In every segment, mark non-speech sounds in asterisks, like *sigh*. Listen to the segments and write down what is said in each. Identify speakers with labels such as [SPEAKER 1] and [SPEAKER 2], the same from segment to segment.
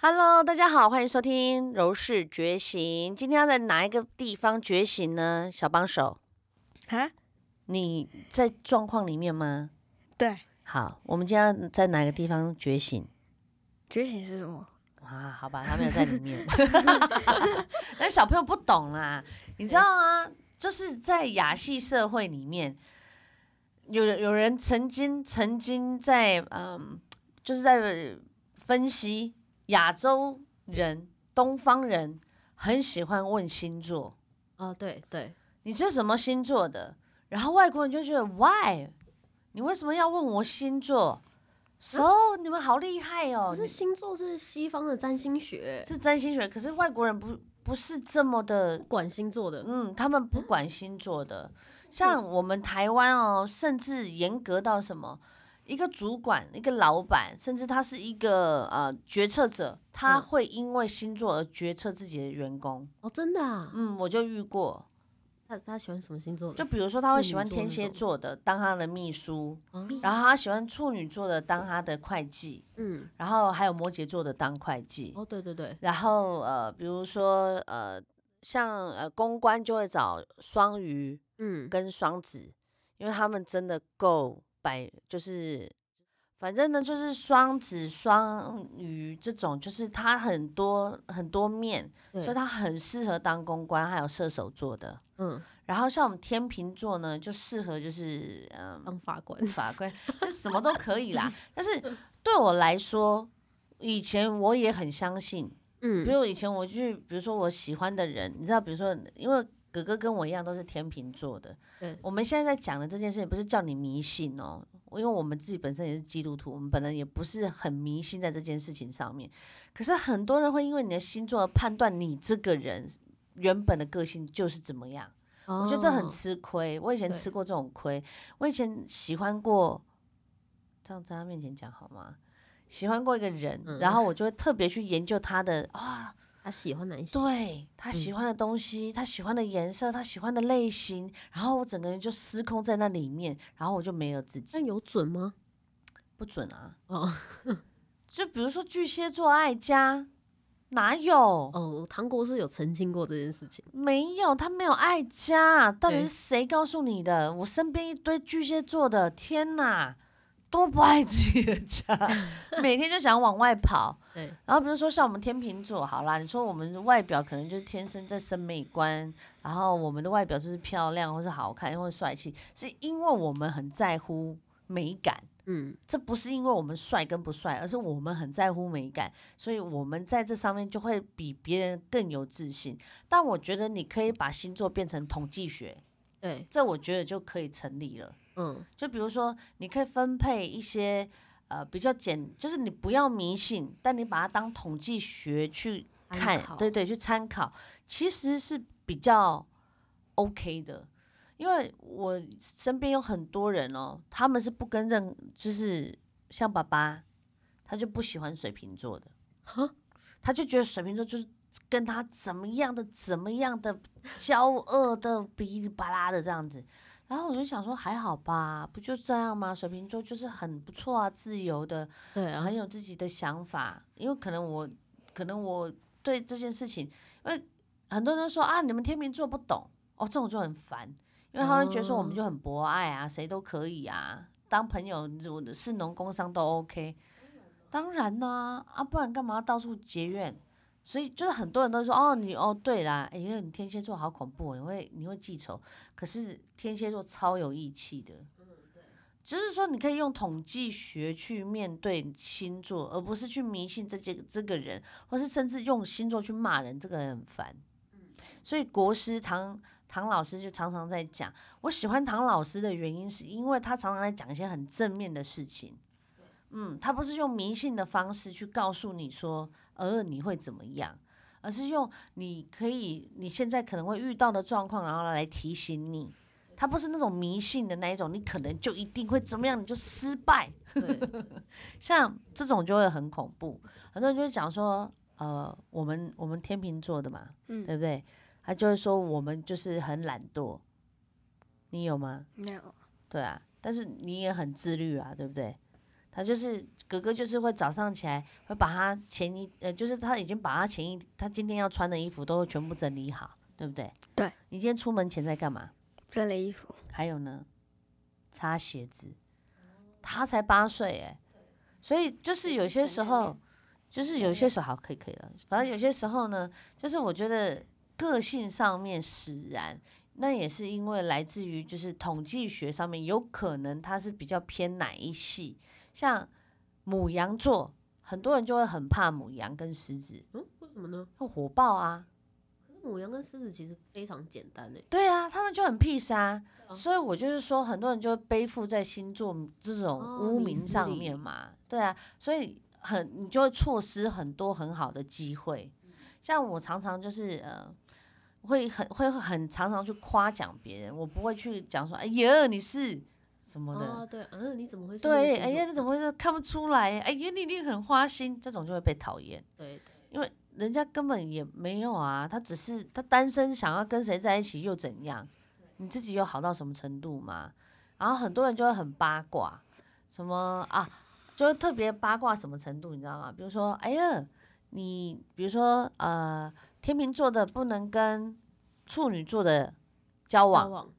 [SPEAKER 1] Hello，大家好，欢迎收听《柔氏觉醒》。今天要在哪一个地方觉醒呢？小帮手，
[SPEAKER 2] 啊，
[SPEAKER 1] 你在状况里面吗？
[SPEAKER 2] 对，
[SPEAKER 1] 好，我们今天要在哪个地方觉醒？
[SPEAKER 2] 觉醒是什么？
[SPEAKER 1] 啊，好吧，他没有在里面。那小朋友不懂啦，你知道吗？就是在亚系社会里面，有有人曾经曾经在嗯，就是在分析亚洲人、东方人很喜欢问星座，
[SPEAKER 3] 哦，对对，
[SPEAKER 1] 你是什么星座的？然后外国人就觉得 Why？你为什么要问我星座？So、你们好厉害哦！
[SPEAKER 3] 可是
[SPEAKER 1] 你
[SPEAKER 3] 星座是西方的占星学，
[SPEAKER 1] 是占星学，可是外国人不不是这么的
[SPEAKER 3] 不，管星座的，
[SPEAKER 1] 嗯，他们不管星座的。
[SPEAKER 3] 嗯
[SPEAKER 1] 像我们台湾哦，甚至严格到什么，一个主管、一个老板，甚至他是一个呃决策者，他
[SPEAKER 3] 嗯
[SPEAKER 1] 会因为星座而决策自己的员工。
[SPEAKER 3] 哦，真的啊，
[SPEAKER 1] 嗯，我就遇过，
[SPEAKER 3] 他他喜欢什么星座的？
[SPEAKER 1] 就比如说他会喜欢
[SPEAKER 3] 处女座
[SPEAKER 1] 天
[SPEAKER 3] 那
[SPEAKER 1] 蝎
[SPEAKER 3] 种
[SPEAKER 1] 座的当他的秘书，
[SPEAKER 3] 啊
[SPEAKER 1] 然后他喜欢处女座的当他的会计，
[SPEAKER 3] 嗯，
[SPEAKER 1] 然后还有摩羯座的当会计。
[SPEAKER 3] 哦，对对对，
[SPEAKER 1] 然后呃，比如说呃，像呃公关就会找双鱼
[SPEAKER 3] 嗯，
[SPEAKER 1] 跟双子，因为他们真的够百，就是反正呢就是双子、双鱼这种，就是他很多很多面，
[SPEAKER 3] 对
[SPEAKER 1] 所以他很适合当公关，还有射手座的。
[SPEAKER 3] 嗯，
[SPEAKER 1] 然后像我们天秤座呢，就适合就是嗯、
[SPEAKER 3] *laughs* 当法官，
[SPEAKER 1] 法官，就什么都可以啦。但是对我来说，以前我也很相信。比
[SPEAKER 3] 嗯，
[SPEAKER 1] 如以前我去，比如说我喜欢的人，你知道，比如说，因为哥哥跟我一样都是天秤座的，
[SPEAKER 3] 对
[SPEAKER 1] 我们现在在讲的这件事情，不是叫你迷信哦，因为我们自己本身也是基督徒，我们本来也不是很迷信在这件事情上面。可是很多人会因为你的星座而判断你这个人原本的个性就是怎么样，
[SPEAKER 3] 我
[SPEAKER 1] 我觉得这很吃亏。我以前
[SPEAKER 3] 哦对
[SPEAKER 1] 吃过这种亏，我以前喜欢过，这样在他面前讲好吗？喜欢过一个人，
[SPEAKER 3] 嗯
[SPEAKER 1] 然后我就会特别去研究他的啊、
[SPEAKER 3] 他喜欢哪一些？
[SPEAKER 1] 对他喜
[SPEAKER 3] 嗯
[SPEAKER 1] 欢的东西，他喜欢的颜色，他喜欢的类型，然后我整个人就失控在那里面，然后我就没了自
[SPEAKER 3] 但
[SPEAKER 1] 己，
[SPEAKER 3] 有准吗？
[SPEAKER 1] 不准啊！
[SPEAKER 3] 哦 *laughs*
[SPEAKER 1] 就比如说巨蟹座爱家，哪有？
[SPEAKER 3] 哦，唐国是有澄清过这件事情，
[SPEAKER 1] 没有，他没有爱家，到底
[SPEAKER 3] 对
[SPEAKER 1] 是谁告诉你的？我身边一堆巨蟹座的，天哪，多不爱自己的
[SPEAKER 3] *laughs*
[SPEAKER 1] 家，每天就想往外跑。
[SPEAKER 3] 对，
[SPEAKER 1] 然后比如说像我们天秤座，好啦，你说我们外表可能就是天生在审美观，然后我们的外表就是漂亮或是好看或是帅气，是因为我们很在乎美感。
[SPEAKER 3] 嗯，
[SPEAKER 1] 这不是因为我们帅跟不帅，而是我们很在乎美感，所以我们在这上面就会比别人更有自信。但我觉得你可以把星座变成统计学，
[SPEAKER 3] 对，
[SPEAKER 1] 这我觉得就可以成立了。
[SPEAKER 3] 嗯，
[SPEAKER 1] 就比如说，你可以分配一些呃比较简，就是你不要迷信，但你把它当统计学去
[SPEAKER 3] 参
[SPEAKER 1] 看，
[SPEAKER 3] 考
[SPEAKER 1] 对对，去参考，其实是比较 OK 的。因为我身边有很多人哦，他们是不跟任，就是像爸爸，他就不喜欢水瓶座的，
[SPEAKER 3] 哈，
[SPEAKER 1] 他就觉得水瓶座就是跟他怎么样的怎么样的骄傲的哔哩吧啦的这样子。然后我就想说，还好吧，不就这样吗？水瓶座就是很不错啊，自由的，
[SPEAKER 3] 对啊
[SPEAKER 1] 很，有自己的想法。因为可能我，可能我对这件事情，因为很多人都说啊，你们天秤座不懂哦，这种就很烦，因为他们觉得说我们
[SPEAKER 3] 哦
[SPEAKER 1] 就很博爱啊，谁都可以啊，当朋友我是农工商都 OK。当然啦、啊，不然干嘛要到处结怨？所以就是很多人都说哦，你哦对啦，哎，因为你天蝎座好恐怖哦，你会你会记仇。可是天蝎座超有义气的，就是说你可以用统计学去面对星座，而不是去迷信这些这个人，或是甚至用星座去骂人，这个人很烦。所以国师唐唐老师就常常在讲，我喜欢唐老师的原因是因为他常常在讲一些很正面的事情。嗯，他不是用迷信的方式去告诉你说，呃，你会怎么样，而是用你可以你现在可能会遇到的状况，然后来提醒你。他不是那种迷信的那一种，你可能就一定会怎么样，你就失败。
[SPEAKER 3] 对，
[SPEAKER 1] 像这种就会很恐怖。很多人就会讲说，呃，我们我们天秤座的嘛，
[SPEAKER 2] 嗯
[SPEAKER 1] 对不对？他就会说我们就是很懒惰，你有吗？
[SPEAKER 2] *laughs* 没有，
[SPEAKER 1] 对啊，但是你也很自律啊，对不对？他就是哥哥，就是会早上起来会把他前一呃，就是他已经把他前一他今天要穿的衣服都全部整理好，对不对？
[SPEAKER 2] 对。
[SPEAKER 1] 你今天出门前在干嘛？
[SPEAKER 2] 扔了衣服，
[SPEAKER 1] 还有呢，擦鞋子。他才八岁哎，所以就是有些时候，就是有些时候好可以可以了，反正有些时候呢，就是我觉得个性上面使然，那也是因为来自于就是统计学上面有可能他是比较偏哪一系，像母羊座，很多人就会很怕母羊跟狮子，
[SPEAKER 3] 嗯，为什么呢？
[SPEAKER 1] 会火爆啊，
[SPEAKER 3] 可是母羊跟狮子其实非常简单欸诶、
[SPEAKER 1] 对啊，他们就很 peace 啊，
[SPEAKER 3] 对啊
[SPEAKER 1] 所以我就是说，很多人就会背负在星座这种
[SPEAKER 3] 哦
[SPEAKER 1] 污
[SPEAKER 3] 迷
[SPEAKER 1] 名
[SPEAKER 3] 思
[SPEAKER 1] 上
[SPEAKER 3] 里
[SPEAKER 1] 面嘛，对啊，所以很你就会错失很多很好的机会。
[SPEAKER 3] 嗯
[SPEAKER 1] 像我常常就是呃，会很会很常常去夸奖别人，我不会去讲说，哎呀你是什么的，
[SPEAKER 3] 啊，对，嗯，你怎么会是那个
[SPEAKER 1] 对，
[SPEAKER 3] 星
[SPEAKER 1] 哎呀
[SPEAKER 3] 座
[SPEAKER 1] 你怎么会看不出来？哎呀你一定很花心，这种就会被讨厌。
[SPEAKER 3] 对？
[SPEAKER 1] 因为人家根本也没有啊，他只是他单身，想要跟谁在一起又怎样？你自己有好到什么程度吗？然后很多人就会很八卦，什么啊，就会特别八卦什么程度，你知道吗？比如说，哎呀，你比如说呃，天秤座的不能跟处女座的交
[SPEAKER 3] 交
[SPEAKER 1] 往
[SPEAKER 3] 往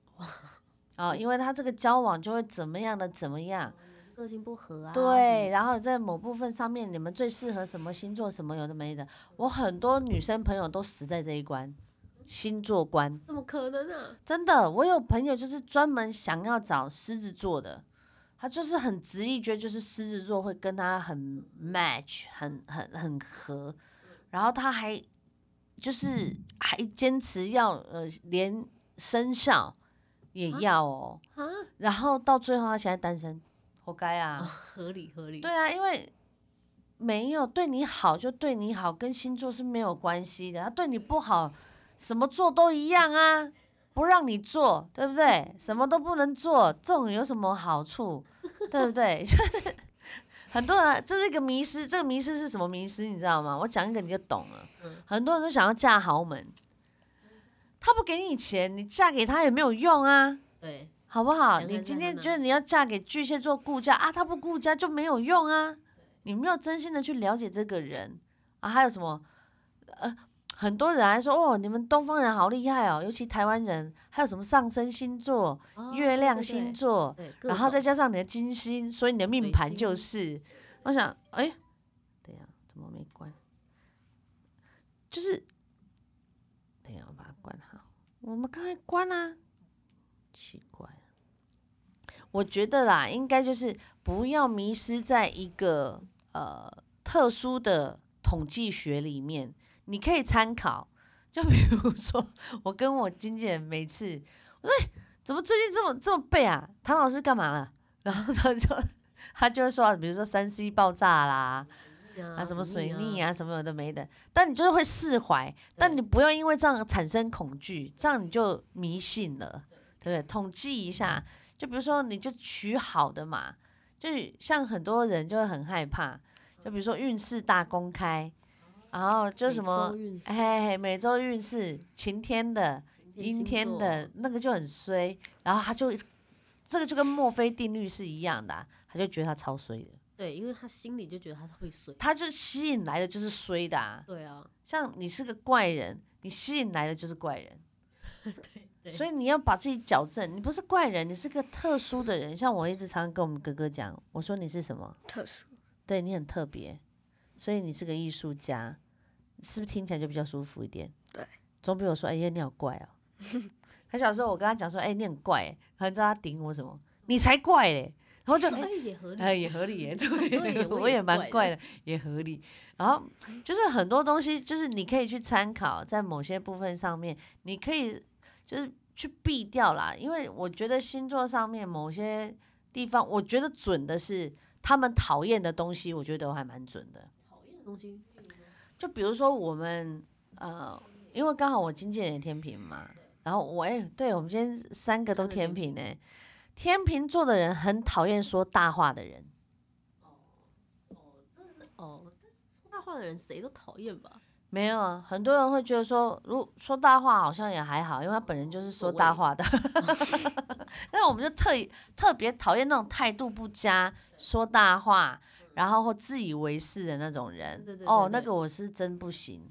[SPEAKER 1] 啊、因为他这个交往就会怎么样的怎么样。
[SPEAKER 3] 个性不合啊，
[SPEAKER 1] 对，
[SPEAKER 3] 什么
[SPEAKER 1] 然后在某部分上面，你们最适合什么星座，什么有的没的。我很多女生朋友都死在这一关，星座关。
[SPEAKER 3] 怎么可能啊？
[SPEAKER 1] 真的，我有朋友就是专门想要找狮子座的，他就是很执意觉得就是狮子座会跟他很 match，很很很合，然后他还就是还坚持要呃连生肖也
[SPEAKER 3] 啊
[SPEAKER 1] 要哦，
[SPEAKER 3] 啊，哦
[SPEAKER 1] 然后到最后他现在单身，活该啊。
[SPEAKER 3] 合理合理，
[SPEAKER 1] 对啊，因为没有对你好就对你好，跟星座是没有关系的。他啊对你不好，什么做都一样啊，不让你做，对不对？什么都不能做，这种有什么好处？对不对？ *laughs* 很多人啊就是一个迷失，这个迷失是什么迷失？你知道吗？我讲一个你就懂了。
[SPEAKER 3] 嗯
[SPEAKER 1] 很多人都想要嫁豪门，他不给你钱，你嫁给他也没有用啊。
[SPEAKER 3] 对，
[SPEAKER 1] 好不好？
[SPEAKER 3] 两个
[SPEAKER 1] 你
[SPEAKER 3] 人
[SPEAKER 1] 今
[SPEAKER 3] 在
[SPEAKER 1] 天
[SPEAKER 3] 哪
[SPEAKER 1] 觉得你要嫁给巨蟹座顾家啊，他不顾家就没有用啊，你没有真心的去了解这个人啊。还有什么？呃，很多人还说哦，你们东方人好厉害哦，尤其台湾人，还有什么上升星座、
[SPEAKER 3] 哦
[SPEAKER 1] 月亮
[SPEAKER 3] 对对对
[SPEAKER 1] 星座，
[SPEAKER 3] 对，各
[SPEAKER 1] 然后再
[SPEAKER 3] 种
[SPEAKER 1] 加上你的金星，所以你的命
[SPEAKER 3] 水
[SPEAKER 1] 盘
[SPEAKER 3] 星
[SPEAKER 1] 就是。我想，哎、等一下，怎么没关？就是，等一下，我把它关好。我们刚才关啦、奇怪。我觉得啦，应该就是不要迷失在一个呃特殊的统计学里面，你可以参考。就比如说，我跟我经纪人每次，我说、哎怎么最近这么这么背啊？唐老师干嘛了？然后他就他就会说，比如说三 C 爆炸啦，啊什么水逆
[SPEAKER 3] 啊，
[SPEAKER 1] 啊，什么有的没的。但你就是会释怀，但
[SPEAKER 3] 对
[SPEAKER 1] 你不要因为这样产生恐惧，这样你就迷信了，对不对？统计一下，就比如说你就取好的嘛，就是像很多人就会很害怕，就比如说运势大公开，然后就什么
[SPEAKER 3] 每周运势
[SPEAKER 1] 哎，每周运势晴天的、阴
[SPEAKER 3] 星
[SPEAKER 1] 天
[SPEAKER 3] 座
[SPEAKER 1] 的那个就很衰，然后他就这个就跟墨菲定律是一样的啊、他就觉得他超衰的，
[SPEAKER 3] 对，因为他心里就觉得他会衰。
[SPEAKER 1] 他就吸引来的就是衰的、啊。
[SPEAKER 3] 对啊，
[SPEAKER 1] 像你是个怪人，你吸引来的就是怪人，
[SPEAKER 3] *laughs* 对对，
[SPEAKER 1] 所
[SPEAKER 3] 以
[SPEAKER 1] 以你要把自己矫正。你不是怪人，你是个特殊的人。像我一直常常跟我们哥哥讲，我说你是什么？
[SPEAKER 2] 特殊。
[SPEAKER 1] 对你很特别，所以你是个艺术家，是不是听起来就比较舒服一点？
[SPEAKER 2] 对，
[SPEAKER 1] 总比我说哎呀你好怪哦。 *laughs* 他小时候我跟他讲说哎、你很怪、欸，然后你知道他顶我什么？你才怪嘞、然后
[SPEAKER 3] *laughs*
[SPEAKER 1] 就哎
[SPEAKER 3] 哎也合理，
[SPEAKER 1] 哎，也合理耶， *laughs* 对，
[SPEAKER 3] 对
[SPEAKER 1] 我
[SPEAKER 3] 我
[SPEAKER 1] 也
[SPEAKER 3] 也是
[SPEAKER 1] 蛮
[SPEAKER 3] 怪的
[SPEAKER 1] 怪的，也合理。然后就是很多东西，就是你可以去参考，在某些部分上面，你可以就是去避掉啦。因为我觉得星座上面某些地方，我觉得准的是他们讨厌的东西，我觉得都还蛮准的。
[SPEAKER 3] 讨厌的东西，
[SPEAKER 1] 就比如说我们呃，因为刚好我经纪人也天平嘛，然后我哎、对我们今天三个都
[SPEAKER 3] 三个
[SPEAKER 1] 天
[SPEAKER 3] 天
[SPEAKER 1] 平哎、天平座的人很讨厌说大话的人。
[SPEAKER 3] 哦，但是说大话的人谁都讨厌吧？
[SPEAKER 1] 没有啊，很多人会觉得说，如说大话好像也还好，因为他本人就是说大
[SPEAKER 3] *laughs*
[SPEAKER 1] 话的。但我们就特意特别讨厌那种态度不佳、说大话，然后或自以为是的那种人。
[SPEAKER 3] 对对对
[SPEAKER 1] 哦，
[SPEAKER 3] 对
[SPEAKER 1] 那个我是真不行，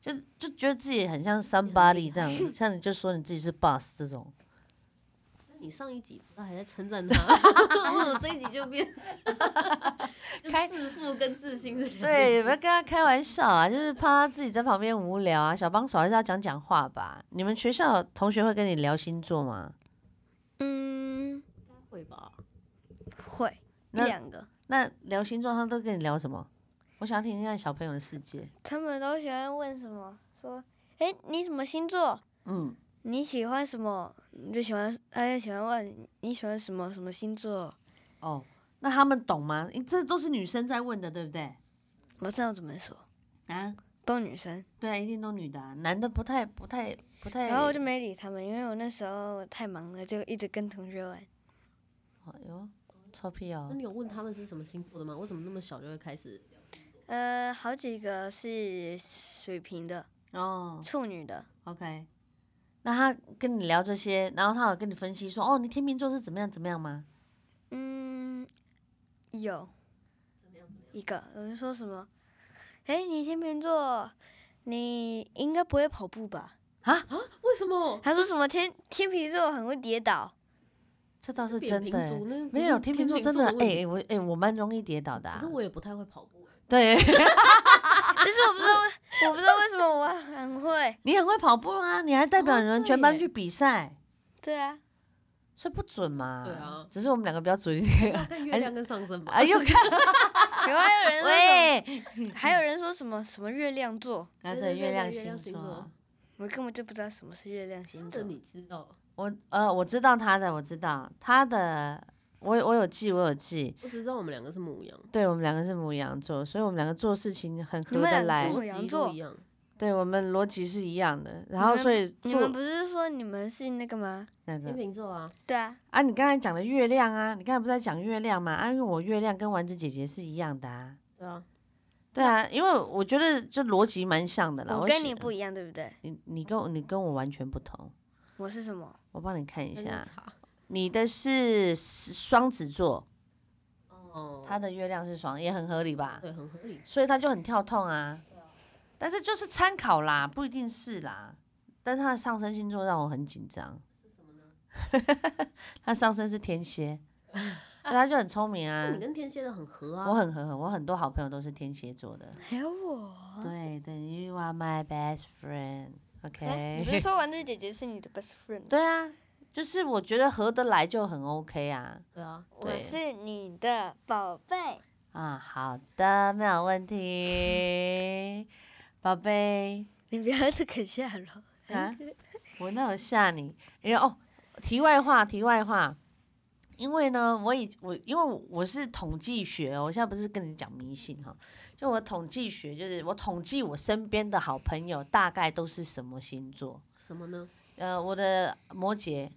[SPEAKER 1] 就就觉得自己很像
[SPEAKER 3] 很厉
[SPEAKER 1] somebody 这样，像你就说你自己是 boss 这
[SPEAKER 3] *laughs*
[SPEAKER 1] 种。
[SPEAKER 3] 那你上一集不是还在称
[SPEAKER 1] *laughs*
[SPEAKER 3] 赞他，为什么这一集就变就
[SPEAKER 1] 开
[SPEAKER 3] 自负跟自信是两件
[SPEAKER 1] 对，
[SPEAKER 3] 事
[SPEAKER 1] 不要跟他开玩笑啊，就是怕他自己在旁边无聊啊。小帮手还是要讲讲话吧。你们学校有同学会跟你聊星座吗？
[SPEAKER 2] 嗯，
[SPEAKER 3] 会吧？
[SPEAKER 1] 嗯
[SPEAKER 2] 会一
[SPEAKER 1] 那
[SPEAKER 2] 两个，
[SPEAKER 1] 那聊星座，他都跟你聊什么？我想听听看小朋友的世界。
[SPEAKER 2] 他们都喜欢问什么？说，哎，你什么星座？
[SPEAKER 1] 嗯，
[SPEAKER 2] 你喜欢什么？你就喜欢，他就喜欢问你喜欢什么什么星座？
[SPEAKER 1] 哦，那他们懂吗？诶这都是女生在问的，对不对？
[SPEAKER 2] 我知道怎么说，
[SPEAKER 1] 啊，
[SPEAKER 2] 都女生。
[SPEAKER 1] 对啊，一定都女的啊、男的不太、不太、不太。
[SPEAKER 2] 然后我就没理他们，因为我那时候太忙了，就一直跟同学玩。
[SPEAKER 1] 哎呦，臭屁
[SPEAKER 3] 那
[SPEAKER 1] 哦！
[SPEAKER 3] 你有问他们是什么星座的吗？为什么那么小就会开始？
[SPEAKER 2] 呃，好几个是水瓶的、
[SPEAKER 1] 哦
[SPEAKER 2] 处女的，
[SPEAKER 1] ，OK。那他跟你聊这些，然后他有跟你分析说，哦，你天秤座是怎么样怎么样吗？
[SPEAKER 2] 嗯，有一个有人说什么？哎，你天秤座，你应该不会跑步吧？
[SPEAKER 3] 为什么？
[SPEAKER 2] 他说什么天天秤座很会跌倒，
[SPEAKER 3] *laughs*
[SPEAKER 1] 这倒是
[SPEAKER 3] 扁
[SPEAKER 1] 真
[SPEAKER 3] 平
[SPEAKER 1] 的欸、
[SPEAKER 3] 足那不
[SPEAKER 1] 没
[SPEAKER 3] 是
[SPEAKER 1] 有天秤座真的，
[SPEAKER 3] 问
[SPEAKER 1] 哎、
[SPEAKER 3] 题
[SPEAKER 1] 哎我哎、我蛮容易跌倒的、
[SPEAKER 3] 可
[SPEAKER 1] 啊
[SPEAKER 3] 是。我也不太会跑 *laughs* 步欸，
[SPEAKER 1] 对， *laughs*
[SPEAKER 2] 但是我不知道为，我不知道为什么我很会。
[SPEAKER 1] 你很会跑步啊，你还代表
[SPEAKER 3] 哦
[SPEAKER 1] 你们
[SPEAKER 3] 对
[SPEAKER 1] 全班
[SPEAKER 3] 耶
[SPEAKER 1] 去比赛。
[SPEAKER 2] 对啊，
[SPEAKER 1] 所以不准嘛。
[SPEAKER 3] 对啊
[SPEAKER 1] 只是我们两个比较准一点。
[SPEAKER 3] 要
[SPEAKER 2] *laughs*
[SPEAKER 3] 看月
[SPEAKER 1] 还是
[SPEAKER 3] 亮跟上升吧。
[SPEAKER 1] 哎呦，看
[SPEAKER 2] 然后还有人说什
[SPEAKER 1] 喂，
[SPEAKER 2] 么，还有人说什么什么月亮座，
[SPEAKER 1] 啊
[SPEAKER 3] 对对
[SPEAKER 1] 对，
[SPEAKER 3] 对
[SPEAKER 1] 月亮
[SPEAKER 3] 对月
[SPEAKER 1] 星
[SPEAKER 3] 亮星
[SPEAKER 1] 座
[SPEAKER 3] 座，
[SPEAKER 2] 我根本就不知道什么是月亮星
[SPEAKER 3] 真
[SPEAKER 2] 座
[SPEAKER 3] 的，。你知道？
[SPEAKER 1] 我呃我知道他的，我知道他的，我我有记，我有记。
[SPEAKER 3] 我只知道我们两个是母羊，
[SPEAKER 1] 对我们两个是母羊座，所以我们两个做事情很合
[SPEAKER 2] 你们
[SPEAKER 1] 得
[SPEAKER 2] 两个是
[SPEAKER 1] 来
[SPEAKER 2] 母，
[SPEAKER 3] 逻辑
[SPEAKER 2] 羊
[SPEAKER 3] 都
[SPEAKER 2] 座
[SPEAKER 3] 一样。
[SPEAKER 1] 对我们逻辑是一样的。然后
[SPEAKER 2] 们
[SPEAKER 1] 所以
[SPEAKER 2] 你们
[SPEAKER 1] 做
[SPEAKER 2] 不是说你们是那个吗？
[SPEAKER 1] 那
[SPEAKER 3] 天
[SPEAKER 1] 个
[SPEAKER 3] 秤座啊，
[SPEAKER 2] 对啊，
[SPEAKER 1] 啊，你刚才讲的月亮啊，你刚才不是在讲月亮吗？啊，因为我月亮跟丸子姐姐是一样的啊。
[SPEAKER 3] 对啊，
[SPEAKER 1] 对啊，因为我觉得这逻辑蛮像的啦。
[SPEAKER 2] 我跟
[SPEAKER 1] 喜
[SPEAKER 2] 你不，一样，对不对？
[SPEAKER 1] 你你跟我你跟我完全不同。
[SPEAKER 2] 我是什么？
[SPEAKER 1] 我帮你看一
[SPEAKER 3] 真的
[SPEAKER 1] 下，
[SPEAKER 3] 差
[SPEAKER 1] 你的是双子座，
[SPEAKER 3] 哦，
[SPEAKER 1] 他的月亮是双，也很合理吧？
[SPEAKER 3] 对很合理。
[SPEAKER 1] 所以他就很跳痛啊。但是就是参考啦，不一定是啦。但是他的上升星座让我很紧张。 *laughs* 他上升是天蝎，所以他就很聪明
[SPEAKER 3] 那
[SPEAKER 1] 啊
[SPEAKER 3] 你。跟天蝎的很
[SPEAKER 1] 我
[SPEAKER 3] 合啊，
[SPEAKER 1] 很合，我很多好朋友都是天蝎座的。
[SPEAKER 2] 还有我。
[SPEAKER 1] 对对，You are my best friend。
[SPEAKER 2] 哎
[SPEAKER 1] OK，
[SPEAKER 2] 你不是说丸子姐姐是你的 best *laughs* friend？
[SPEAKER 1] 对啊，就是我觉得合得来就很 OK 啊。
[SPEAKER 3] 对啊，
[SPEAKER 2] 我
[SPEAKER 1] 对
[SPEAKER 2] 是你的宝贝。
[SPEAKER 1] 啊，好的，没有问题，宝贝。
[SPEAKER 2] 你不要这个吓 *laughs* 了。
[SPEAKER 1] 啊，我那有吓你？哎呀哦，题外话，题外话，因为呢，我以我因为我是统计学哦，我现在不是跟你讲迷信哈、就我统计学，就是我统计我身边的好朋友大概都是什么星座？
[SPEAKER 3] 什么呢？
[SPEAKER 1] 呃，我的摩羯，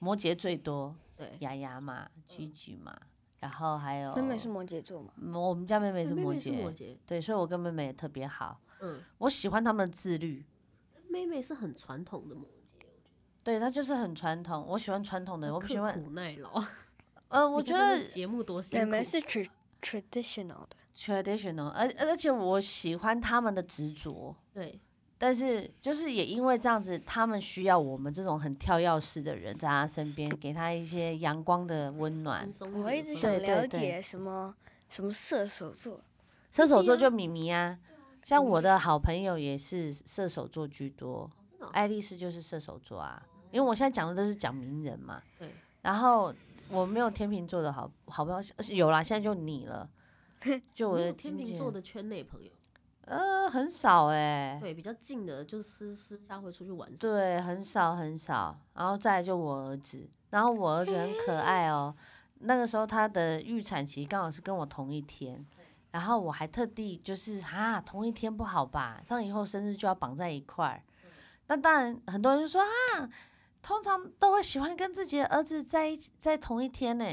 [SPEAKER 1] 摩羯最多，
[SPEAKER 3] 对，
[SPEAKER 1] 雅雅嘛，居居嘛，然后还有
[SPEAKER 2] 妹妹是摩羯座吗？
[SPEAKER 1] 嗯我们家妹妹是
[SPEAKER 3] 妹
[SPEAKER 1] 摩
[SPEAKER 3] 妹
[SPEAKER 1] 羯，
[SPEAKER 3] 是摩羯，
[SPEAKER 1] 对，所以我跟妹妹也特别好，
[SPEAKER 3] 嗯，
[SPEAKER 1] 我喜欢他们的自律。
[SPEAKER 3] 妹妹是很传统的摩羯，
[SPEAKER 1] 对他就是很传统，我喜欢传统的，我不喜
[SPEAKER 3] 刻
[SPEAKER 1] 欢。
[SPEAKER 3] 苦耐劳。
[SPEAKER 1] 呃，我
[SPEAKER 3] 你
[SPEAKER 1] 觉
[SPEAKER 3] 看他
[SPEAKER 1] 得
[SPEAKER 3] 们节目多辛
[SPEAKER 2] 妹
[SPEAKER 3] 苦，
[SPEAKER 2] 妹是 tr traditional 的。
[SPEAKER 1] traditional，而而且我喜欢他们的执着，
[SPEAKER 3] 对，
[SPEAKER 1] 但是就是也因为这样子，他们需要我们这种很跳跃式的人在他身边，给他一些阳光的温暖
[SPEAKER 3] 轻。松点。
[SPEAKER 2] 我一直
[SPEAKER 1] 对
[SPEAKER 2] 想
[SPEAKER 1] 对对
[SPEAKER 2] 了解什么什么射手座。
[SPEAKER 1] 射手座
[SPEAKER 3] 对啊
[SPEAKER 1] 就米米啊，像我的好朋友也是射手座居多
[SPEAKER 3] 真的哦，嗯
[SPEAKER 1] 爱丽丝就是射手座啊，因为我现在讲的都是讲名人嘛。
[SPEAKER 3] 对，
[SPEAKER 1] 然后我没有天秤座的好好朋友，有啦，现在就你
[SPEAKER 3] *laughs*
[SPEAKER 1] 了。就我
[SPEAKER 3] 没
[SPEAKER 1] 的
[SPEAKER 3] 有天
[SPEAKER 1] 经纪
[SPEAKER 3] 秤
[SPEAKER 1] 人
[SPEAKER 3] 座的圈内朋友，
[SPEAKER 1] 呃，很少哎、
[SPEAKER 3] 对，比较近的，就私私下会出去玩。
[SPEAKER 1] 对，很少很少。然后再来就我儿子，然后我儿子很可爱哦。那个时候他的预产期刚好是跟我同一天，然后我还特地就是啊，同一天不好吧？这样以后生日就要绑在一块儿。那当然，很多人就说啊，通常都会喜欢跟自己的儿子在一起在同一天呢、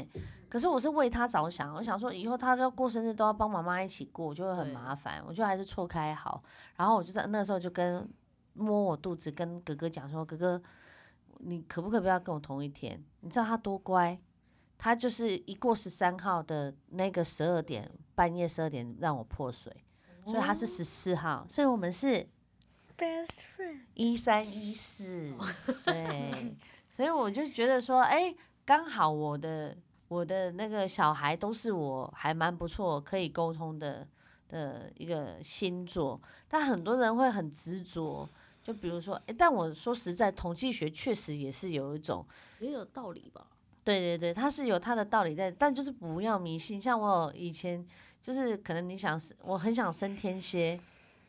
[SPEAKER 1] 可是我是为他着想，我想说以后他要过生日都要帮妈妈一起过，就会很
[SPEAKER 3] 对
[SPEAKER 1] 麻烦。我就还是错开好。然后我就在那时候就跟摸我肚子，跟哥哥讲说：“哥哥，你可不可以不要跟我同一天？”你知道他多乖，他就是一过十三号的那个十二点，半夜十二点让我破水，所以他是十四号，所以我们是
[SPEAKER 2] best friend，
[SPEAKER 1] 一三一四，对，所以我就觉得说，哎、刚好我的我的那个小孩都是我还蛮不错可以沟通的的一个星座，但很多人会很执着，就比如说，哎、但我说实在，统计学确实也是有一种，
[SPEAKER 3] 也有道理吧？
[SPEAKER 1] 对对对，它是有它的道理在，但就是不要迷信。像我以前就是可能你想，我很想升天蝎。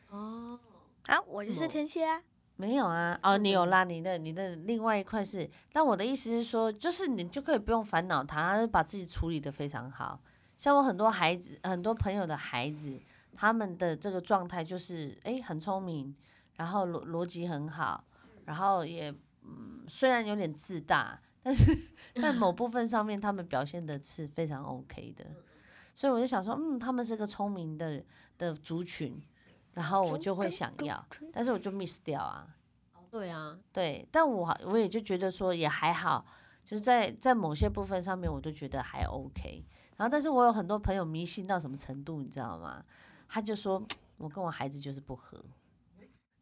[SPEAKER 3] 哦，
[SPEAKER 2] 啊，我就是
[SPEAKER 1] 某
[SPEAKER 2] 天蝎啊，
[SPEAKER 1] 没有啊，哦，你有啦，你的你的另外一块是，但我的意思是说，就是你就可以不用烦恼他，把自己处理的非常好。像我很多孩子，很多朋友的孩子，他们的这个状态就是，诶，很聪明，然后逻逻辑很好，然后也，嗯，虽然有点自大，但是在某部分上面，他们表现的是非常 OK 的。所以我就想说，嗯，他们是个聪明的的族群，然后
[SPEAKER 2] 哦
[SPEAKER 1] 我就会想要。但是我就 miss 掉啊。
[SPEAKER 3] 对啊，
[SPEAKER 1] 对，但我好我也就觉得说也还好，就是在在某些部分上面，我就觉得还 OK。然后，但是我有很多朋友迷信到什么程度，你知道吗？他就说我跟我孩子就是不合，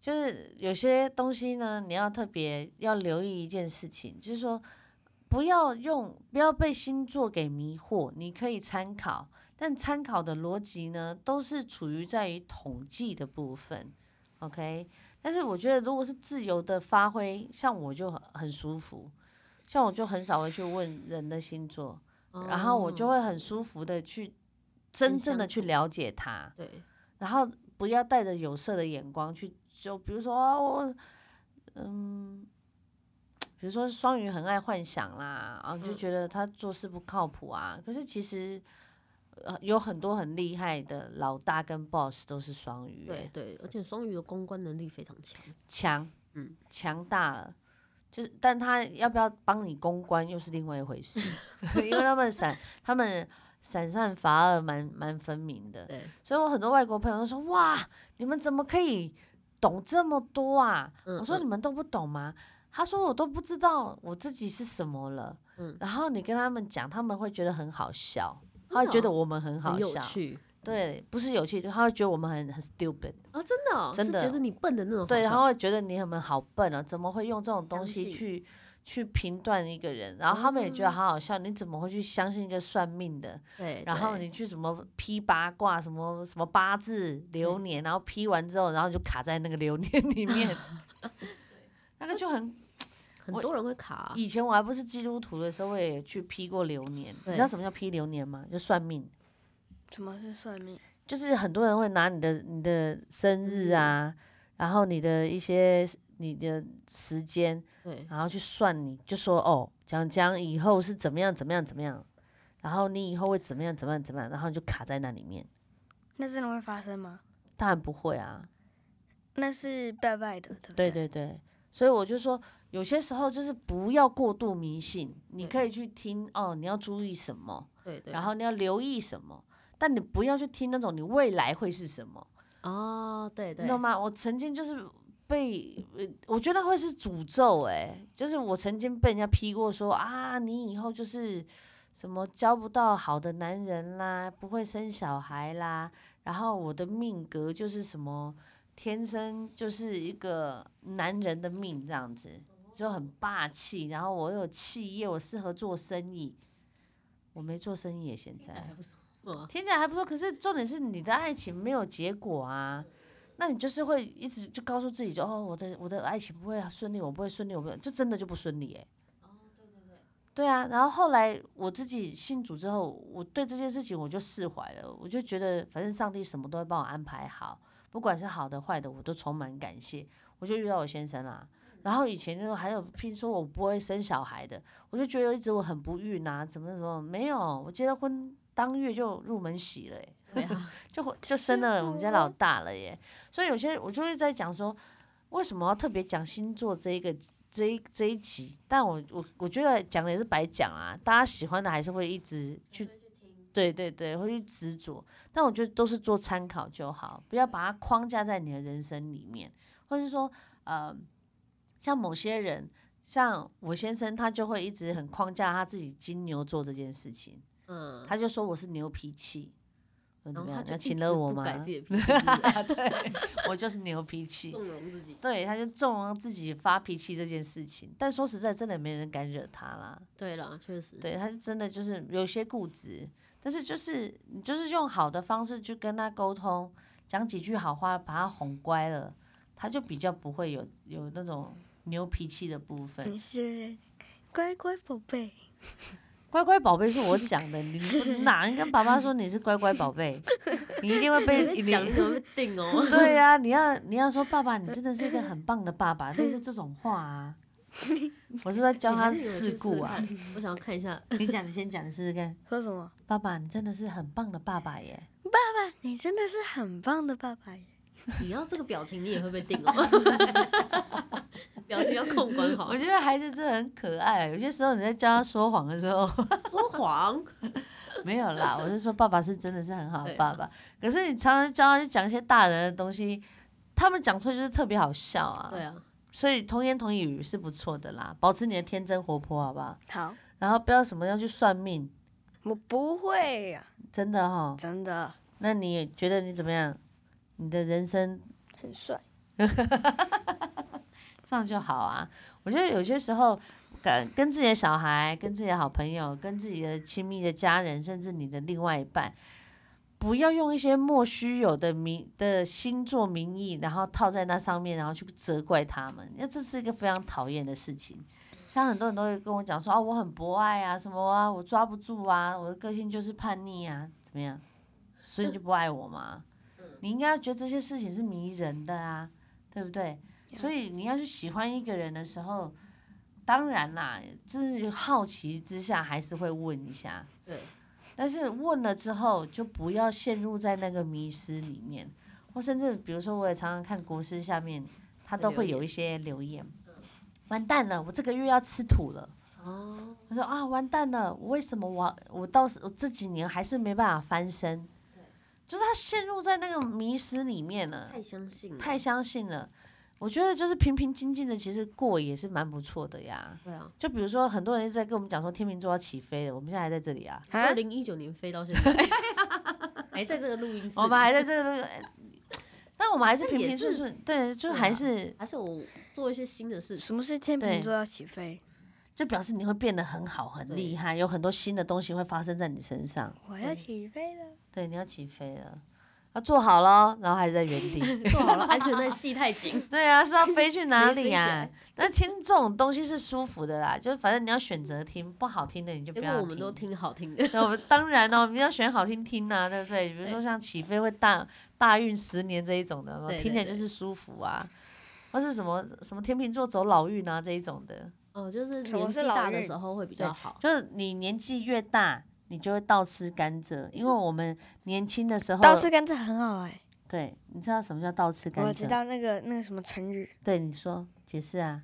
[SPEAKER 1] 就是有些东西呢，你要特别要留意一件事情，就是说不要用不要被星座给迷惑，你可以参考，但参考的逻辑呢，都是处于在于统计的部分，OK。但是我觉得，如果是自由的发挥，像我就很很舒服，像我就很少会去问人的星座，然后我就
[SPEAKER 3] 哦
[SPEAKER 1] 会很舒服的去真
[SPEAKER 3] 很
[SPEAKER 1] 正的
[SPEAKER 3] 相
[SPEAKER 1] 去
[SPEAKER 3] 处
[SPEAKER 1] 了解他。
[SPEAKER 3] 对，
[SPEAKER 1] 然后不要带着有色的眼光去，就比如说、啊我，嗯，比如说双鱼很爱幻想啦，啊，就
[SPEAKER 3] 嗯
[SPEAKER 1] 觉得他做事不靠谱啊。可是其实、呃有很多很厉害的老大跟 boss 都是双鱼、
[SPEAKER 3] 对
[SPEAKER 1] 欸，
[SPEAKER 3] 对，而且双鱼的公关能力非常强，
[SPEAKER 1] 强，
[SPEAKER 3] 嗯，
[SPEAKER 1] 强大了。就是，但他要不要帮你公关又是另外一回
[SPEAKER 3] *laughs*
[SPEAKER 1] 事，因为他们闪，他们闪散罚恶蛮蛮分明的。
[SPEAKER 3] 对，
[SPEAKER 1] 所以我很多外国朋友都说：“哇，你们怎么可以懂这么多啊？”
[SPEAKER 3] 嗯
[SPEAKER 1] 我说：“
[SPEAKER 3] 嗯
[SPEAKER 1] 你们都不懂吗？”他说：“我都不知道我自己是什么了。”
[SPEAKER 3] 嗯
[SPEAKER 1] 然后你跟他们讲，他们会觉得很好笑，
[SPEAKER 3] 真
[SPEAKER 1] 他会
[SPEAKER 3] 的
[SPEAKER 1] 觉
[SPEAKER 3] 哦
[SPEAKER 1] 得我们很好
[SPEAKER 3] 很有
[SPEAKER 1] 笑，
[SPEAKER 3] 趣
[SPEAKER 1] 对，不是有趣，他会觉得我们很很 stupid，
[SPEAKER 3] 啊，真的哦，
[SPEAKER 1] 真
[SPEAKER 3] 是
[SPEAKER 1] 的
[SPEAKER 3] 觉得你笨的那种好笑，
[SPEAKER 1] 对，然后会觉得你们好笨啊，怎么会用这种东
[SPEAKER 3] 相
[SPEAKER 1] 西
[SPEAKER 3] 信嗯
[SPEAKER 1] 去去评断一个人？然后他们也觉得好好笑，你怎么会去相信一个算命的？
[SPEAKER 3] 对，
[SPEAKER 1] 然后
[SPEAKER 3] 对
[SPEAKER 1] 你去什么批八卦，什么什么八字、流
[SPEAKER 3] 嗯
[SPEAKER 1] 年，然后批完之后，然后你就卡在那个流年 *laughs* 里
[SPEAKER 3] *laughs*
[SPEAKER 1] 面。那个就很，
[SPEAKER 3] 很
[SPEAKER 1] 我
[SPEAKER 3] 多人会卡，
[SPEAKER 1] 以前我还不是基督徒的时候，我也去批过流年。你知道
[SPEAKER 3] 对
[SPEAKER 1] 什么叫批流年吗？就算命，
[SPEAKER 2] 什么是算命？
[SPEAKER 1] 就是很多人会拿你的你的生日
[SPEAKER 3] 嗯
[SPEAKER 1] 啊，然后你的一些你的时间，
[SPEAKER 3] 对，
[SPEAKER 1] 然后去算你，就说哦，讲讲以后是怎么样怎么样怎么样，然后你以后会怎么样怎么样怎么样，然后你就卡在那里面。
[SPEAKER 2] 那真的会发生吗？
[SPEAKER 1] 当然不会啊，
[SPEAKER 2] 那是拜拜的，
[SPEAKER 3] 嗯
[SPEAKER 2] 对不
[SPEAKER 1] 对对对，所以我就说，有些时候就是不要过度迷信，你
[SPEAKER 3] 对
[SPEAKER 1] 可以去听哦，你要注意什么，
[SPEAKER 3] 对对，
[SPEAKER 1] 然后你要留意什么，但你不要去听那种你未来会是什么，
[SPEAKER 3] 哦，对
[SPEAKER 1] 你
[SPEAKER 3] 对，
[SPEAKER 1] 懂吗？我曾经就是被，呃我觉得会是诅咒哎、就是我曾经被人家批过说啊，你以后就是什么交不到好的男人啦，不会生小孩啦，然后我的命格就是什么天生就是一个男人的命这样子，就很霸气，然后我又有企业，我适合做生意。我没做生意耶，现
[SPEAKER 3] *laughs*
[SPEAKER 1] 在
[SPEAKER 3] 还不错啊
[SPEAKER 1] 听起来还不错，可是重点是你的爱情没有结果啊，那你就是会一直就告诉自己就哦，我的我的爱情不会顺利，我不会顺利，我不会，就真的就不顺利哎、对啊，然后后来我自己信主之后，我对这件事情我就释怀了，我就觉得反正上帝什么都会帮我安排好，不管是好的坏的，我都充满感谢。我就遇到我先生啦，然后以前就还有听说我不会生小孩的，我就觉得一直我很不孕啊，怎么怎么没有，我结了婚当月就入门喜了、欸，
[SPEAKER 3] 对
[SPEAKER 1] *laughs*
[SPEAKER 3] 啊，
[SPEAKER 1] 就就生了我们家老大了耶。所以有些我就会在讲说，为什么要特别讲星座这一个这一这一集，但我我我觉得讲的也是白讲啊，大家喜欢的还是会一直去，对对对，会去执着。但我觉得都是做参考就好，不要把它框架在你的人生里面，或是说呃，像某些人，像我先生，他就会一直很框架他自己金牛座这件事情，
[SPEAKER 3] 嗯，
[SPEAKER 1] 他就说我是牛脾气，我
[SPEAKER 3] 然
[SPEAKER 1] 怎
[SPEAKER 3] 后
[SPEAKER 1] 么
[SPEAKER 3] 他
[SPEAKER 1] 样？你
[SPEAKER 3] 就
[SPEAKER 1] 要
[SPEAKER 3] 一
[SPEAKER 1] 请
[SPEAKER 3] 直
[SPEAKER 1] 了我
[SPEAKER 3] 不
[SPEAKER 1] 吗？
[SPEAKER 3] 改自己的
[SPEAKER 1] *laughs*
[SPEAKER 3] 脾气是不是
[SPEAKER 1] 我就是牛脾气，
[SPEAKER 3] 纵容自己。
[SPEAKER 1] 对，他就纵容自己发脾气这件事情。但说实在，真的没人敢惹他啦。
[SPEAKER 3] 对了，确实，
[SPEAKER 1] 对，他就真的就是有些固执，但是就是你就是用好的方式去跟他沟通，讲几句好话，把他哄乖了，他就比较不会有有那种牛脾气的部分。
[SPEAKER 3] 嗯
[SPEAKER 2] 你是乖乖宝贝，
[SPEAKER 1] 乖乖宝贝是我讲的，你不 *laughs* 哪能跟爸爸说你是乖乖宝贝？ *laughs* 你一定会被
[SPEAKER 3] *laughs* 你
[SPEAKER 1] 你
[SPEAKER 3] 在讲你怎么被定哦？
[SPEAKER 1] *laughs* 对呀、你要你要说爸爸，你真的是一个很棒的爸爸，类似这种话啊。我是不是要教
[SPEAKER 3] *laughs* 你
[SPEAKER 1] 他
[SPEAKER 3] 还是有去
[SPEAKER 1] 世
[SPEAKER 3] 试
[SPEAKER 1] 故
[SPEAKER 3] 试 *laughs*
[SPEAKER 1] 啊？
[SPEAKER 3] 看？我想要看一下，
[SPEAKER 1] 你讲，你先讲，你试试看。
[SPEAKER 2] 说什么？
[SPEAKER 1] 爸爸，你真的是很棒的爸爸耶！
[SPEAKER 2] 爸，你真的是很棒的爸爸耶！
[SPEAKER 3] 你要这个表情，你也会被定哦。 *laughs* 表情要控管好
[SPEAKER 1] 我，觉得孩子真的很可爱。啊有些时候你在教他说谎的时候， *laughs*
[SPEAKER 3] 说谎，
[SPEAKER 1] 没有啦，我是说爸爸是真的是很好的
[SPEAKER 3] 对
[SPEAKER 1] 爸爸。可是你常常教他去讲一些大人的东西，他们讲出来就是特别好笑啊。
[SPEAKER 3] 对啊，
[SPEAKER 1] 所以童言童语是不错的啦，保持你的天真活泼，好不好？
[SPEAKER 2] 好，
[SPEAKER 1] 然后不要什么要去算命，
[SPEAKER 2] 我不会呀、
[SPEAKER 1] 真的哈、
[SPEAKER 2] 真的
[SPEAKER 1] 那你也觉得你怎么样？你的人生
[SPEAKER 2] 很帅。
[SPEAKER 1] 这样就好啊。我觉得有些时候，跟跟自己的小孩、跟自己的好朋友、跟自己的亲密的家人，甚至你的另外一半，不要用一些莫须有的名的星座名义，然后套在那上面，然后去责怪他们。那这是一个非常讨厌的事情。像很多人都会跟我讲说啊，我很博爱啊，什么啊，我抓不住啊，我的个性就是叛逆啊，怎么样？所以你就不爱我吗？你应该觉得这些事情是迷人的啊，对不对？所以你要去喜欢一个人的时候，当然啦，就是好奇之下还是会问一下，
[SPEAKER 3] 对，
[SPEAKER 1] 但是问了之后就不要陷入在那个迷失里面，或甚至比如说我也常常看国师下面，他都会有一些留言，嗯完蛋了，我这个月要吃土了。
[SPEAKER 3] 哦，
[SPEAKER 1] 他说啊，完蛋了，我为什么我我到时我这几年还是没办法翻身？就是他陷入在那个迷失里面了。
[SPEAKER 3] 太相信了，
[SPEAKER 1] 太相信了。我觉得就是平平静静的，其实过也是蛮不错的呀。
[SPEAKER 3] 对啊。
[SPEAKER 1] 就比如说，很多人一直在跟我们讲说天秤座要起飞了，我们现在还在这里啊，
[SPEAKER 2] 啊
[SPEAKER 3] 二零一九年飞到现在， *laughs* 还在这个录音室，
[SPEAKER 1] 我们还在这个，但我们还是平平
[SPEAKER 3] 也是
[SPEAKER 1] 顺顺，对，就
[SPEAKER 3] 对啊
[SPEAKER 1] 还是
[SPEAKER 3] 还是我做一些新的事情，
[SPEAKER 2] 什么是天
[SPEAKER 1] 对
[SPEAKER 2] 秤座要起飞？
[SPEAKER 1] 就表示你会变得很好、很
[SPEAKER 3] 对
[SPEAKER 1] 厉害，有很多新的东西会发生在你身上。
[SPEAKER 2] 我要起飞 *laughs* 了。
[SPEAKER 1] 对，你要起飞了，要做好了，然后还是在原地。
[SPEAKER 3] *laughs* 做好了安全带系太紧，
[SPEAKER 1] 对啊，是要飞去哪
[SPEAKER 3] 没飞
[SPEAKER 1] 里
[SPEAKER 3] 起
[SPEAKER 1] 呀、
[SPEAKER 3] 来
[SPEAKER 1] 啊？那听这种东西是舒服的啦，就是反正你要选择听，不好听的你就不
[SPEAKER 3] 结
[SPEAKER 1] 要
[SPEAKER 3] 果
[SPEAKER 1] 听。
[SPEAKER 3] 我们都挺好听
[SPEAKER 1] *laughs*
[SPEAKER 3] 的，
[SPEAKER 1] 对，我们当然哦了、我们要选好听听呐、对不对？比如说
[SPEAKER 3] 对
[SPEAKER 1] 像起飞会大大运十年这一种的，有没有
[SPEAKER 3] 对对
[SPEAKER 1] 听起来就是舒服啊，或是什么什么天秤座走老运啊这一种的，
[SPEAKER 3] 哦，就是
[SPEAKER 2] 什么
[SPEAKER 3] 年
[SPEAKER 2] 是
[SPEAKER 3] 纪
[SPEAKER 2] 老
[SPEAKER 3] 大的
[SPEAKER 2] 运
[SPEAKER 3] 时候会比较好，
[SPEAKER 1] 就是你年纪越大，你就会倒吃甘蔗，因为我们年轻的时候，
[SPEAKER 2] *laughs* 倒吃甘蔗很好哎、
[SPEAKER 1] 对，你知道什么叫倒吃甘蔗？
[SPEAKER 2] 我知。道那个那个什么成语
[SPEAKER 1] 对，你说解释啊，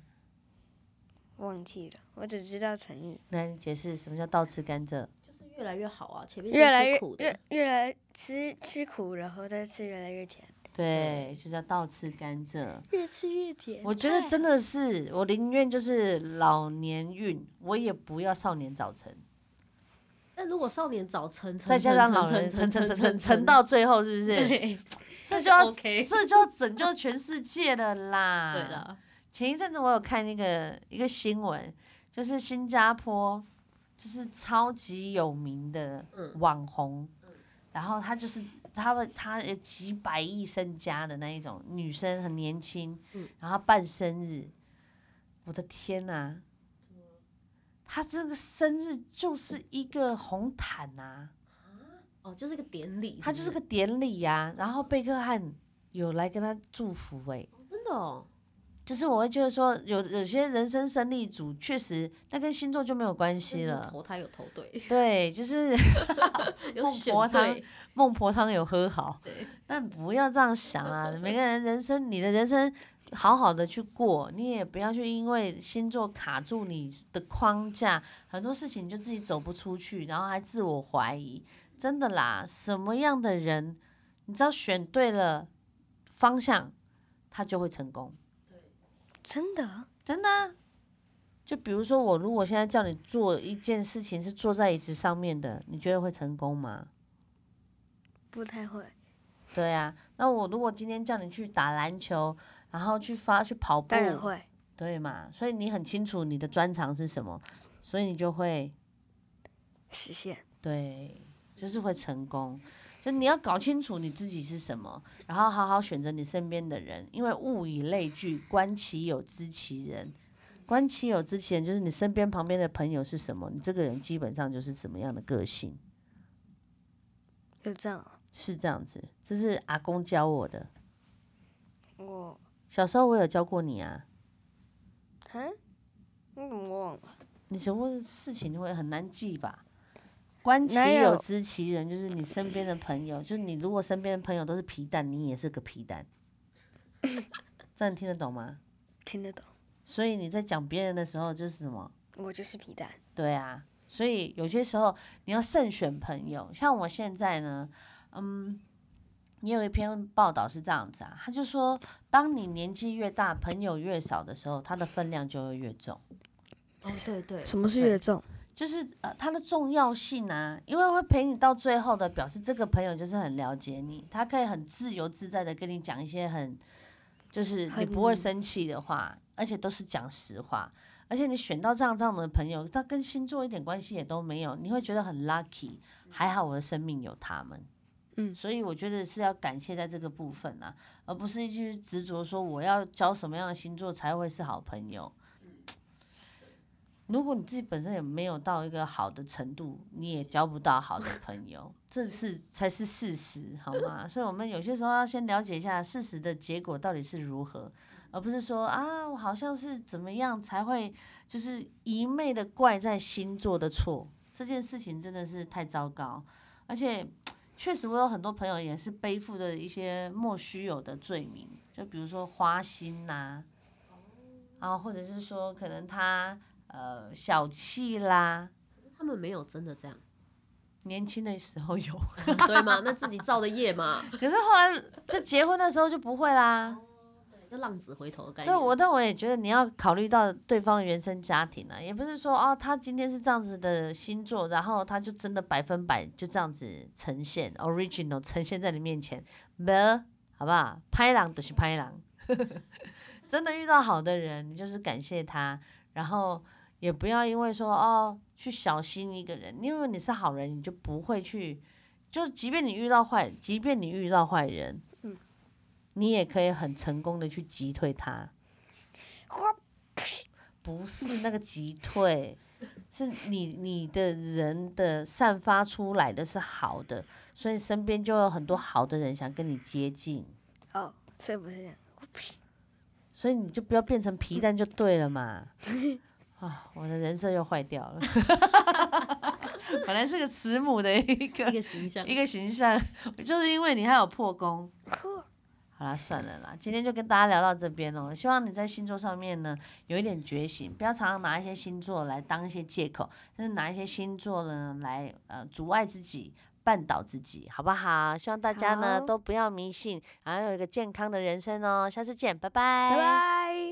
[SPEAKER 2] 忘记了，我只知道成语
[SPEAKER 1] 来你解释什么叫倒吃甘蔗？
[SPEAKER 3] 就是越来越好啊，前面
[SPEAKER 2] 越
[SPEAKER 3] 先
[SPEAKER 2] 来
[SPEAKER 3] 吃
[SPEAKER 2] 越
[SPEAKER 3] 苦的
[SPEAKER 2] 越，越来吃吃苦，然后再吃越来越甜，
[SPEAKER 1] 对，就叫倒吃甘蔗。
[SPEAKER 2] 越吃越甜。
[SPEAKER 1] 我觉得真的是，我宁愿就是老年运，我也不要少年早成。
[SPEAKER 3] 但如果少年早成，
[SPEAKER 1] 再加上老人
[SPEAKER 3] 成
[SPEAKER 1] 沉沉沉
[SPEAKER 3] 成成
[SPEAKER 1] 沉
[SPEAKER 3] 成
[SPEAKER 1] 沉，到最后，是不是？
[SPEAKER 3] 对，
[SPEAKER 1] *laughs* 这就要
[SPEAKER 3] OK，
[SPEAKER 1] 这就要拯救全世界了啦！
[SPEAKER 3] *laughs* 对。了，
[SPEAKER 1] 前一阵子我有看那个一个新闻，就是新加坡就是超级有名的
[SPEAKER 3] 嗯
[SPEAKER 1] 网红，然后她就是他们她有几百亿身家的那一种女生，很年轻
[SPEAKER 3] 嗯，
[SPEAKER 1] 然后她办生日，我的天呐、她这个生日就是一个红毯啊！
[SPEAKER 3] 哦，就是个典礼，
[SPEAKER 1] 他就是个典礼呀、然后贝克汉有来跟他祝福诶、
[SPEAKER 3] 不真的哦，
[SPEAKER 1] 就是我会觉得说有有些人生胜利组确实那跟星座就没有关系
[SPEAKER 3] 真的
[SPEAKER 1] 了，
[SPEAKER 3] 投胎有投
[SPEAKER 1] *laughs*
[SPEAKER 3] 对，
[SPEAKER 1] 对，就是
[SPEAKER 3] 有
[SPEAKER 1] 孟
[SPEAKER 3] 选
[SPEAKER 1] 婆汤
[SPEAKER 3] 对，
[SPEAKER 1] 孟婆汤有喝好
[SPEAKER 3] 对，
[SPEAKER 1] 但不要这样想啊！每个人人生，你的人生好好的去过，你也不要去因为星座卡住你的框架，很多事情你就自己走不出去，然后还自我怀疑。真的啦，什么样的人，你只要选对了方向，他就会成功。
[SPEAKER 2] 真的，
[SPEAKER 1] 真的啊、就比如说我，如果现在叫你做一件事情是坐在椅子上面的，你觉得会成功吗？
[SPEAKER 2] 不太会。
[SPEAKER 1] 对啊，那我如果今天叫你去打篮球，然后去发去跑步
[SPEAKER 2] 当，然会，
[SPEAKER 1] 对嘛？所以你很清楚你的专长是什么，所以你就会
[SPEAKER 2] 实现。
[SPEAKER 1] 对，就是会成功。就你要搞清楚你自己是什么，然后好好选择你身边的人，因为物以类聚，观其有，知其人。观其有，知其人，就是你身边旁边的朋友是什么，你这个人基本上就是什么样的个性，
[SPEAKER 2] 有这样啊，
[SPEAKER 1] 是这样子。这是阿公教我的，
[SPEAKER 2] 我，
[SPEAKER 1] 小时候我有教过你啊。
[SPEAKER 2] 嗯，我怎么忘了？
[SPEAKER 1] 你什么事情会很难记吧？观其
[SPEAKER 2] 哪
[SPEAKER 1] 友，
[SPEAKER 2] 有
[SPEAKER 1] 知其人，就是你身边的朋友，就是你如果身边的朋友都是皮蛋，你也是个皮蛋。 *laughs* 这样你听得懂吗？
[SPEAKER 2] 听得懂，
[SPEAKER 1] 所以你在讲别人的时候，就是什么？
[SPEAKER 2] 我就是皮蛋。
[SPEAKER 1] 对啊，所以有些时候你要慎选朋友。像我现在呢，嗯，也有一篇报道是这样子啊，他就说，当你年纪越大，朋友越少的时候，他的分量就会越重。
[SPEAKER 3] 哦，对对，
[SPEAKER 2] 什么是
[SPEAKER 1] 对
[SPEAKER 2] 越重？
[SPEAKER 1] 就是呃它的重要性啊，因为会陪你到最后的，表示这个朋友就是很了解你，他可以很自由自在的跟你讲一些很，就是你不会
[SPEAKER 2] 很
[SPEAKER 1] 生气的话，而且都是讲实话，而且你选到这样这样的朋友，他跟星座一点关系也都没有，你会觉得很 lucky，还好我的生命有他们。
[SPEAKER 2] 嗯
[SPEAKER 1] 所以我觉得是要感谢在这个部分啊，而不是一直执着说我要交什么样的星座才会是好朋友。如果你自己本身也没有到一个好的程度，你也交不到好的朋友，这是才是事实，好吗？所以我们有些时候要先了解一下事实的结果到底是如何，而不是说啊，我好像是怎么样才会，就是一昧的怪在星座的错，这件事情真的是太糟糕，而且。确实，我有很多朋友也是背负着一些莫须有的罪名，就比如说花心呐、啊，啊，或者是说可能他呃小气啦，
[SPEAKER 3] 他们没有真的这样，嗯
[SPEAKER 1] 年轻的时候有，
[SPEAKER 3] 对吗？那自己造的
[SPEAKER 1] *laughs*
[SPEAKER 3] 业嘛，
[SPEAKER 1] 可是后来就结婚的时候就不会啦。
[SPEAKER 3] 就浪子回头的概念。
[SPEAKER 1] 对我，但我也觉得你要考虑到对方的原生家庭啊，也不是说哦，他今天是这样子的星座，然后他就真的百分百就这样子呈现 original 呈现在你面前，没好不好？拍狼就是拍狼，
[SPEAKER 3] *laughs*
[SPEAKER 1] 真的遇到好的人，你就是感谢他，然后也不要因为说哦去小心一个人，因为你是好人，你就不会去，就即便你遇到坏，即便你遇到坏人，
[SPEAKER 2] 嗯
[SPEAKER 1] 你也可以很成功的去击退他。
[SPEAKER 2] 花
[SPEAKER 1] 不是那个击退， *laughs* 是你你的人的散发出来的是好的，所以身边就有很多好的人想跟你接近，
[SPEAKER 2] 哦，所以不是这样。我呸
[SPEAKER 1] 所以你就不要变成皮蛋就对了 *laughs* 嘛。啊，我的人设又坏掉了， *laughs* 本来是个慈母的一
[SPEAKER 3] 一
[SPEAKER 1] 个
[SPEAKER 3] 个形象，
[SPEAKER 1] 一个形象，就是因为你还有破功，
[SPEAKER 2] 呵
[SPEAKER 1] 好啦，算了啦，今天就跟大家聊到这边哦。希望你在星座上面呢有一点觉醒，不要常常拿一些星座来当一些借口，甚至拿一些星座呢来呃阻碍自己、绊倒自己，好不好？希望大家呢
[SPEAKER 2] 好哎
[SPEAKER 1] 都不要迷信，然后有一个健康的人生哦。下次见，拜
[SPEAKER 2] 拜拜。